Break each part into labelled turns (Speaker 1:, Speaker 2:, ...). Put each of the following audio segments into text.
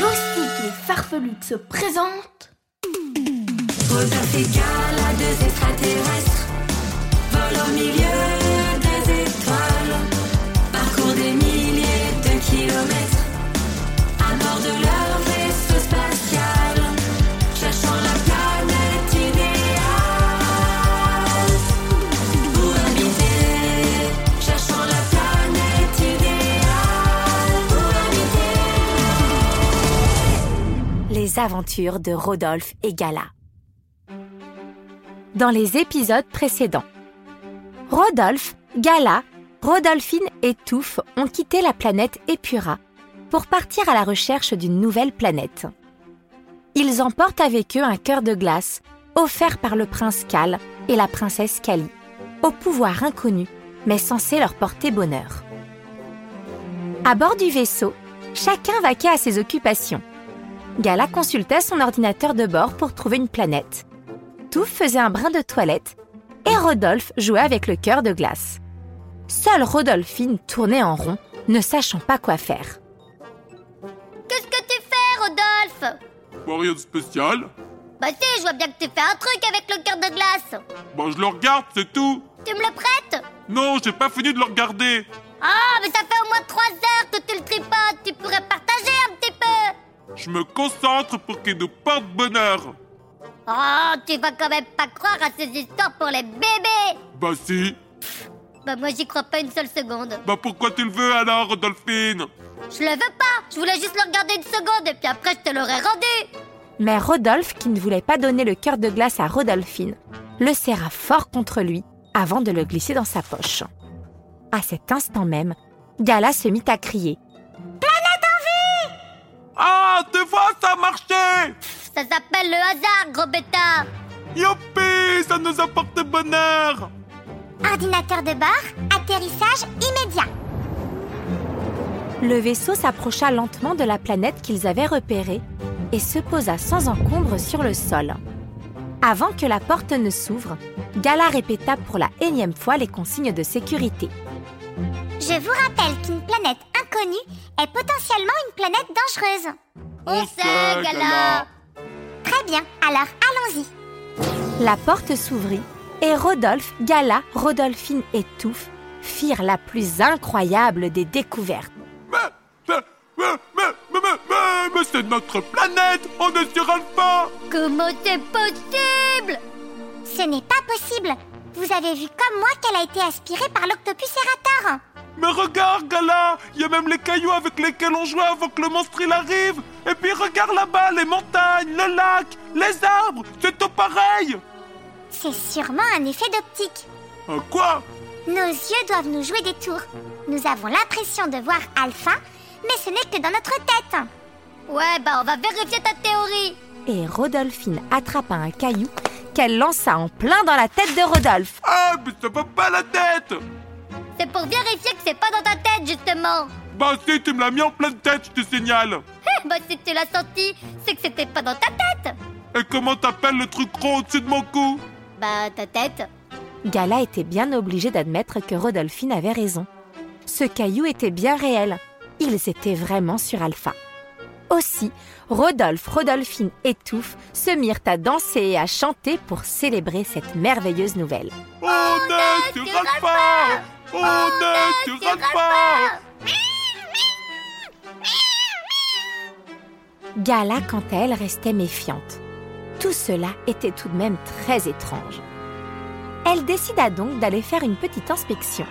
Speaker 1: Loustique et Farfelute se présentent.
Speaker 2: Pose tropicale à deux extraterrestres. Vol au milieu des étoiles. Parcours des milliers de kilomètres. À bord de leur vaisseau spatial. Cherchant la planète idéale. Pour habiter. Cherchant la planète idéale. Pour habiter.
Speaker 3: Les aventures de Rodolphe et Gala. Dans les épisodes précédents, Rodolphe, Gala, Rodolphine et Touffe ont quitté la planète Epura pour partir à la recherche d'une nouvelle planète. Ils emportent avec eux un cœur de glace offert par le prince Cal et la princesse Cali, au pouvoir inconnu mais censé leur porter bonheur. À bord du vaisseau, chacun vaquait à ses occupations. Gala consultait son ordinateur de bord pour trouver une planète. Touffe faisait un brin de toilette et Rodolphe jouait avec le cœur de glace. Seule Rodolphine tournait en rond, ne sachant pas quoi faire.
Speaker 1: Qu'est-ce que tu fais, Rodolphe
Speaker 4: Bon, rien de spécial.
Speaker 1: Bah si, je vois bien que tu fais un truc avec le cœur de glace.
Speaker 4: Bon, je le regarde, c'est tout.
Speaker 1: Tu me le prêtes
Speaker 4: Non, j'ai pas fini de le regarder.
Speaker 1: Ah, mais ça fait au moins trois heures que tu le tripotes. Tu pourrais partager un petit peu.
Speaker 4: Je me concentre pour qu'il nous porte bonheur.
Speaker 1: Oh, tu vas quand même pas croire à ces histoires pour les bébés.
Speaker 4: Bah si.
Speaker 1: Bah moi, j'y crois pas une seule seconde.
Speaker 4: Bah pourquoi tu le veux alors, Rodolphine
Speaker 1: Je le veux pas. Je voulais juste le regarder une seconde et puis après, je te l'aurais rendu.
Speaker 3: Mais Rodolphe, qui ne voulait pas donner le cœur de glace à Rodolphine, le serra fort contre lui avant de le glisser dans sa poche. À cet instant même, Gala se mit à crier.
Speaker 4: Ah, tu vois, ça a marché
Speaker 1: Ça s'appelle le hasard, gros bêta.
Speaker 4: Youpi, ça nous apporte bonheur
Speaker 1: Ordinateur de bord, atterrissage immédiat.
Speaker 3: Le vaisseau s'approcha lentement de la planète qu'ils avaient repérée et se posa sans encombre sur le sol. Avant que la porte ne s'ouvre, Gala répéta pour la énième fois les consignes de sécurité.
Speaker 1: Je vous rappelle qu'une planète inconnue est potentiellement une planète dangereuse.
Speaker 4: On sait, Gala.
Speaker 1: Très bien, alors allons-y.
Speaker 3: La porte s'ouvrit et Rodolphe, Gala, Rodolphine et Touffe firent la plus incroyable des découvertes.
Speaker 4: Mais, mais, mais, mais, mais, mais, mais, mais c'est notre planète On est sur Alpha
Speaker 1: Comment c'est possible
Speaker 5: Ce n'est pas possible. Vous avez vu comme moi qu'elle a été aspirée par l'octopus errator.
Speaker 4: Mais regarde, Gala Il y a même les cailloux avec lesquels on jouait avant que le monstre il arrive Et puis regarde là-bas, les montagnes, le lac, les arbres C'est tout pareil
Speaker 5: C'est sûrement un effet d'optique.
Speaker 4: Euh, Quoi
Speaker 5: Nos yeux doivent nous jouer des tours. Nous avons l'impression de voir Alpha, mais ce n'est que dans notre tête.
Speaker 1: Ouais, bah on va vérifier ta théorie.
Speaker 3: Et Rodolphine attrapa un caillou qu'elle lança en plein dans la tête de Rodolphe.
Speaker 4: Ah, mais ça va pas la tête
Speaker 1: C'est pour vérifier que c'est pas dans ta tête, justement.
Speaker 4: Bah si, tu me l'as mis en pleine tête, je te signale
Speaker 1: bah si tu l'as senti, c'est que c'était pas dans ta tête.
Speaker 4: Et comment t'appelles le truc rond au-dessus de mon cou
Speaker 1: Bah ta tête.
Speaker 3: Gala était bien obligée d'admettre que Rodolphine avait raison. Ce caillou était bien réel. Ils étaient vraiment sur Alpha. Aussi, Rodolphe, Rodolphine et Touffe se mirent à danser et à chanter pour célébrer cette merveilleuse nouvelle.
Speaker 4: On, est sur Alpha On est sur Alpha
Speaker 3: Gala, quant à elle, restait méfiante. Tout cela était tout de même très étrange. Elle décida donc d'aller faire une petite inspection,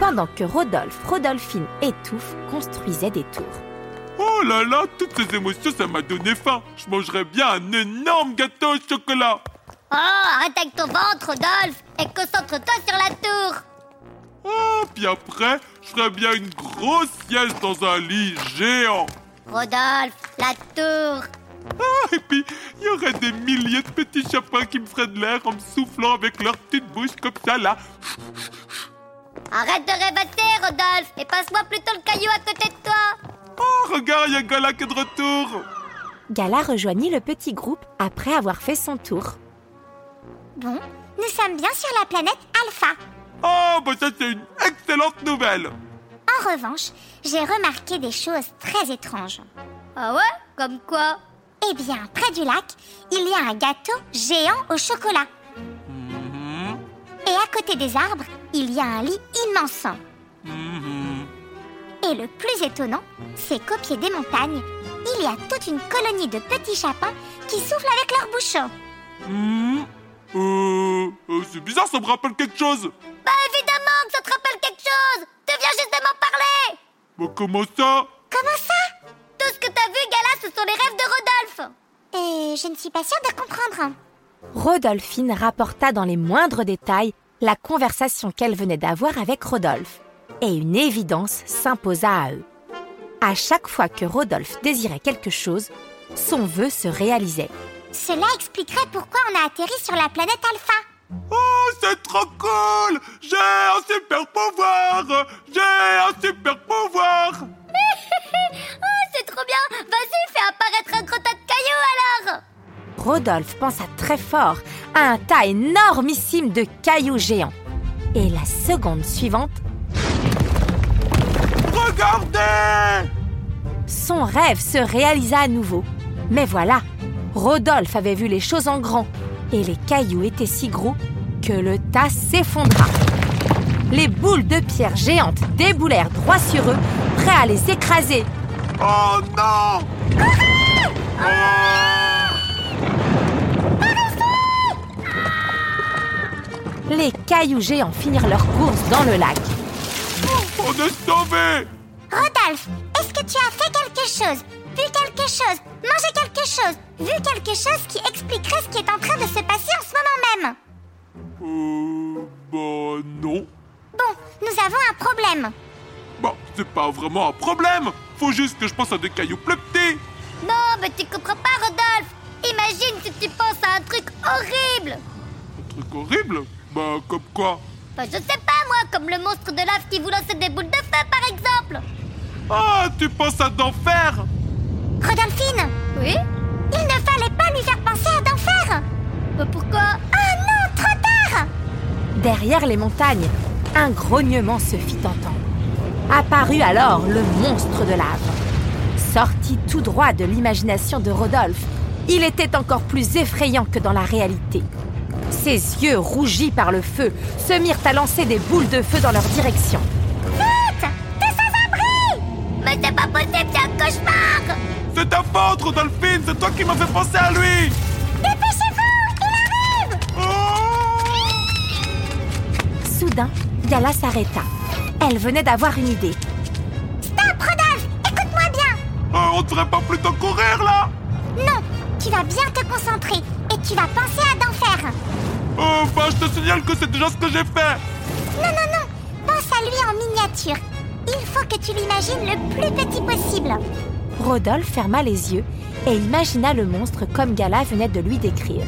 Speaker 3: pendant que Rodolphe, Rodolphine et Touffe construisaient des tours.
Speaker 4: Oh là là, toutes ces émotions, ça m'a donné faim Je mangerais bien un énorme gâteau au chocolat
Speaker 1: Oh, arrête avec ton ventre, Rodolphe, et concentre-toi sur la tour.
Speaker 4: Oh Oh, puis après, je ferais bien une grosse sieste dans un lit géant.
Speaker 5: Rodolphe, la tour
Speaker 4: Ah, et puis, il y aurait des milliers de petits chapins qui me feraient de l'air en me soufflant avec leur petite bouche comme ça, là.
Speaker 5: Arrête de rêvasser, Rodolphe, et passe-moi plutôt le caillou à côté de toi
Speaker 4: Oh, regarde, il y a Gala qui est de retour.
Speaker 3: Gala rejoignit le petit groupe après avoir fait son tour.
Speaker 5: Bon, nous sommes bien sur la planète Alpha.
Speaker 4: Oh, bah ça, c'est une excellente nouvelle.
Speaker 5: En revanche, j'ai remarqué des choses très étranges. Ah ouais Comme quoi Eh bien, près du lac, il y a un gâteau géant au chocolat. Et à côté des arbres, il y a un lit immense. Et le plus étonnant, c'est qu'au pied des montagnes, il y a toute une colonie de petits chapins qui soufflent avec leurs bouchons.
Speaker 4: Euh, euh, c'est bizarre, ça me rappelle quelque chose.
Speaker 5: Bah évidemment que ça te rappelle quelque chose Tu viens juste de m'en parler
Speaker 4: Mais Bah, comment ça
Speaker 5: Comment ça Tout ce que t'as vu, Gala, ce sont les rêves de Rodolphe Et je ne suis pas sûre de comprendre.
Speaker 3: Rodolphine rapporta dans les moindres détails la conversation qu'elle venait d'avoir avec Rodolphe. Et une évidence s'imposa à eux. À chaque fois que Rodolphe désirait quelque chose, son vœu se réalisait.
Speaker 5: Cela expliquerait pourquoi on a atterri sur la planète Alpha.
Speaker 4: Oh, c'est trop cool J'ai un super pouvoir J'ai un super pouvoir
Speaker 5: Oh, c'est trop bien Vas-y, fais apparaître un gros tas de cailloux alors
Speaker 3: Rodolphe pensa très fort à un tas énormissime de cailloux géants. Et la seconde suivante,
Speaker 4: Regardez
Speaker 3: son rêve se réalisa à nouveau. Mais voilà, Rodolphe avait vu les choses en grand et les cailloux étaient si gros que le tas s'effondra. Les boules de pierre géantes déboulèrent droit sur eux, prêts à les écraser.
Speaker 4: Oh non Oh,
Speaker 3: Les cailloux géants finirent leur course dans le lac.
Speaker 4: On est sauvés
Speaker 5: Rodolphe, est-ce que tu as fait quelque chose Vu quelque chose Mangé quelque chose Vu quelque chose qui expliquerait ce qui est en train de se passer en ce moment même
Speaker 4: Euh, bah non.
Speaker 5: Bon, nous avons un problème.
Speaker 4: Bah, c'est pas vraiment un problème. Faut juste que je pense à des cailloux plus petits.
Speaker 5: Non, mais tu comprends pas, Rodolphe Imagine si tu penses à un truc horrible
Speaker 4: Un truc horrible Bah, comme quoi
Speaker 5: Bah, je sais pas, moi, comme le monstre de lave qui vous lançait des boules de feu, par exemple
Speaker 4: Ah, tu penses à d'enfer
Speaker 5: Rodolphine Oui Il ne fallait pas lui faire penser à d'enfer Mais pourquoi Ah non, trop tard
Speaker 3: Derrière les montagnes, un grognement se fit entendre. Apparut alors le monstre de lave. Sorti tout droit de l'imagination de Rodolphe, il était encore plus effrayant que dans la réalité. Ses yeux, rougis par le feu, se mirent à lancer des boules de feu dans leur direction.
Speaker 5: Vite T'es sans abri Mais c'est pas possible, c'est un cauchemar
Speaker 4: C'est ta faute, Rodolphine C'est toi qui m'as fait penser à lui
Speaker 5: Dépêchez-vous Il arrive
Speaker 4: Oh
Speaker 3: Soudain, Gala s'arrêta. Elle venait d'avoir une idée.
Speaker 5: Stop, Rodolphe Écoute-moi bien
Speaker 4: Euh, On devrait pas plutôt courir, là
Speaker 5: Non, tu vas bien te concentrer et tu vas penser à d'enfer
Speaker 4: Euh, bah, je te signale que c'est déjà ce que j'ai fait
Speaker 5: Non, non, non Pense à lui en miniature Il faut que tu l'imagines le plus petit possible
Speaker 3: Rodolphe ferma les yeux et imagina le monstre comme Gala venait de lui décrire.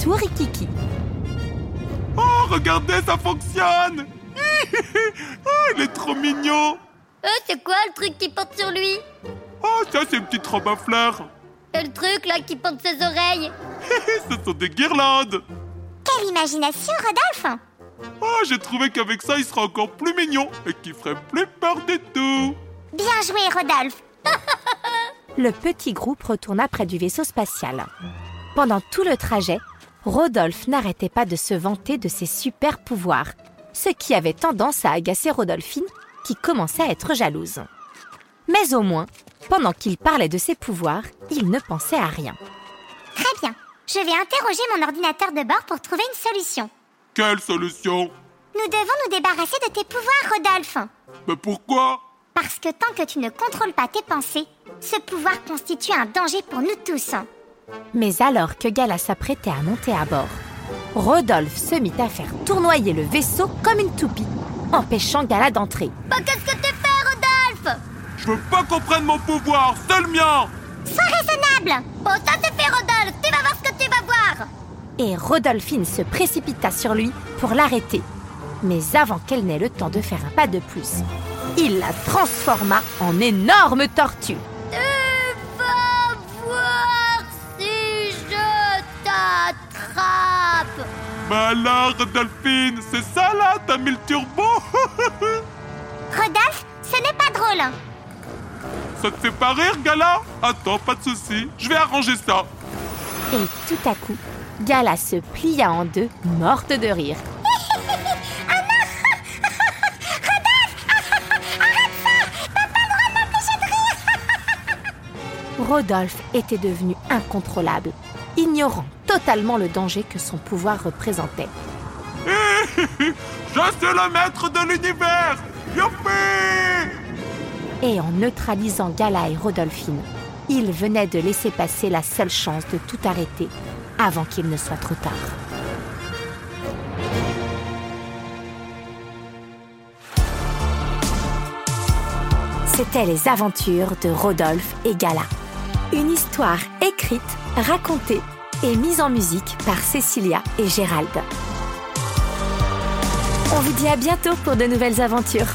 Speaker 3: Tourikiki.
Speaker 4: Oh, regardez, ça fonctionne Ah, il est trop mignon
Speaker 5: Euh, c'est quoi le truc qui porte sur lui
Speaker 4: Oh, ça, c'est une petite robe à fleurs
Speaker 5: Le truc là qui porte ses oreilles
Speaker 4: Ce sont des guirlandes
Speaker 5: Quelle imagination, Rodolphe
Speaker 4: Oh, j'ai trouvé qu'avec ça, il sera encore plus mignon et qu'il ferait plus peur du tout
Speaker 5: Bien joué, Rodolphe
Speaker 3: le petit groupe retourna près du vaisseau spatial. Pendant tout le trajet, Rodolphe n'arrêtait pas de se vanter de ses super pouvoirs, ce qui avait tendance à agacer Rodolphine, qui commençait à être jalouse. Mais au moins, pendant qu'il parlait de ses pouvoirs, il ne pensait à rien.
Speaker 5: Très bien Je vais interroger mon ordinateur de bord pour trouver une solution.
Speaker 4: Quelle solution
Speaker 5: Nous devons nous débarrasser de tes pouvoirs, Rodolphe
Speaker 4: Mais pourquoi
Speaker 5: Parce que tant que tu ne contrôles pas tes pensées, ce pouvoir constitue un danger pour nous tous.
Speaker 3: Mais alors que Gala s'apprêtait à monter à bord, Rodolphe se mit à faire tournoyer le vaisseau comme une toupie, empêchant Gala d'entrer.
Speaker 5: Bah qu'est-ce que tu fais, Rodolphe
Speaker 4: Je veux pas qu'on prenne mon pouvoir, c'est le mien
Speaker 5: Sois raisonnable Bon, ça c'est fait, Rodolphe Tu vas voir ce que tu vas voir
Speaker 3: Et Rodolphine se précipita sur lui pour l'arrêter. Mais avant qu'elle n'ait le temps de faire un pas de plus, il la transforma en énorme tortue.
Speaker 5: Tu vas voir si je t'attrape
Speaker 4: Bah là, Rodolphine, c'est ça là, t'as mis le turbo
Speaker 5: Rodolphe, ce n'est pas drôle hein.
Speaker 4: Ça te fait pas rire, Gala Attends, pas de souci, je vais arranger ça.
Speaker 3: Et tout à coup, Gala se plia en deux, morte de rire. Rodolphe était devenu incontrôlable, ignorant totalement le danger que son pouvoir représentait.
Speaker 4: Je suis le maître de l'univers Youpi
Speaker 3: Et en neutralisant Gala et Rodolphine, il venait de laisser passer la seule chance de tout arrêter avant qu'il ne soit trop tard. C'était les aventures de Rodolphe et Gala. Une histoire écrite, racontée et mise en musique par Cécilia et Gérald. On vous dit à bientôt pour de nouvelles aventures.